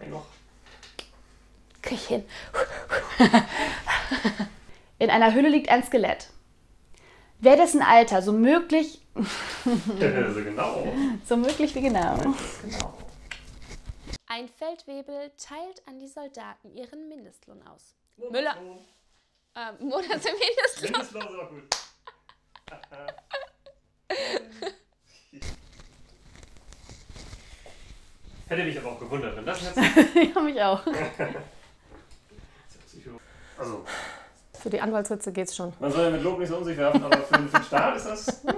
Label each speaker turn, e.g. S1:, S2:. S1: Ein Loch.
S2: Küchen. In einer Hülle liegt ein Skelett. Wer dessen Alter so möglich,
S1: Also genau.
S2: so möglich wie genau.
S1: Genau.
S3: Ein Feldwebel teilt an die Soldaten ihren Mindestlohn aus. Müller. Ähm, Monats Mindestlohn.
S1: Mindestlohn ist auch gut. Hätte mich aber auch gewundert, wenn das jetzt.
S2: ja, mich auch.
S1: Also,
S4: Für die Anwaltsritze geht's schon.
S1: man soll ja mit Lob nicht so um sich werfen, aber für den für den Staat ist das. hm,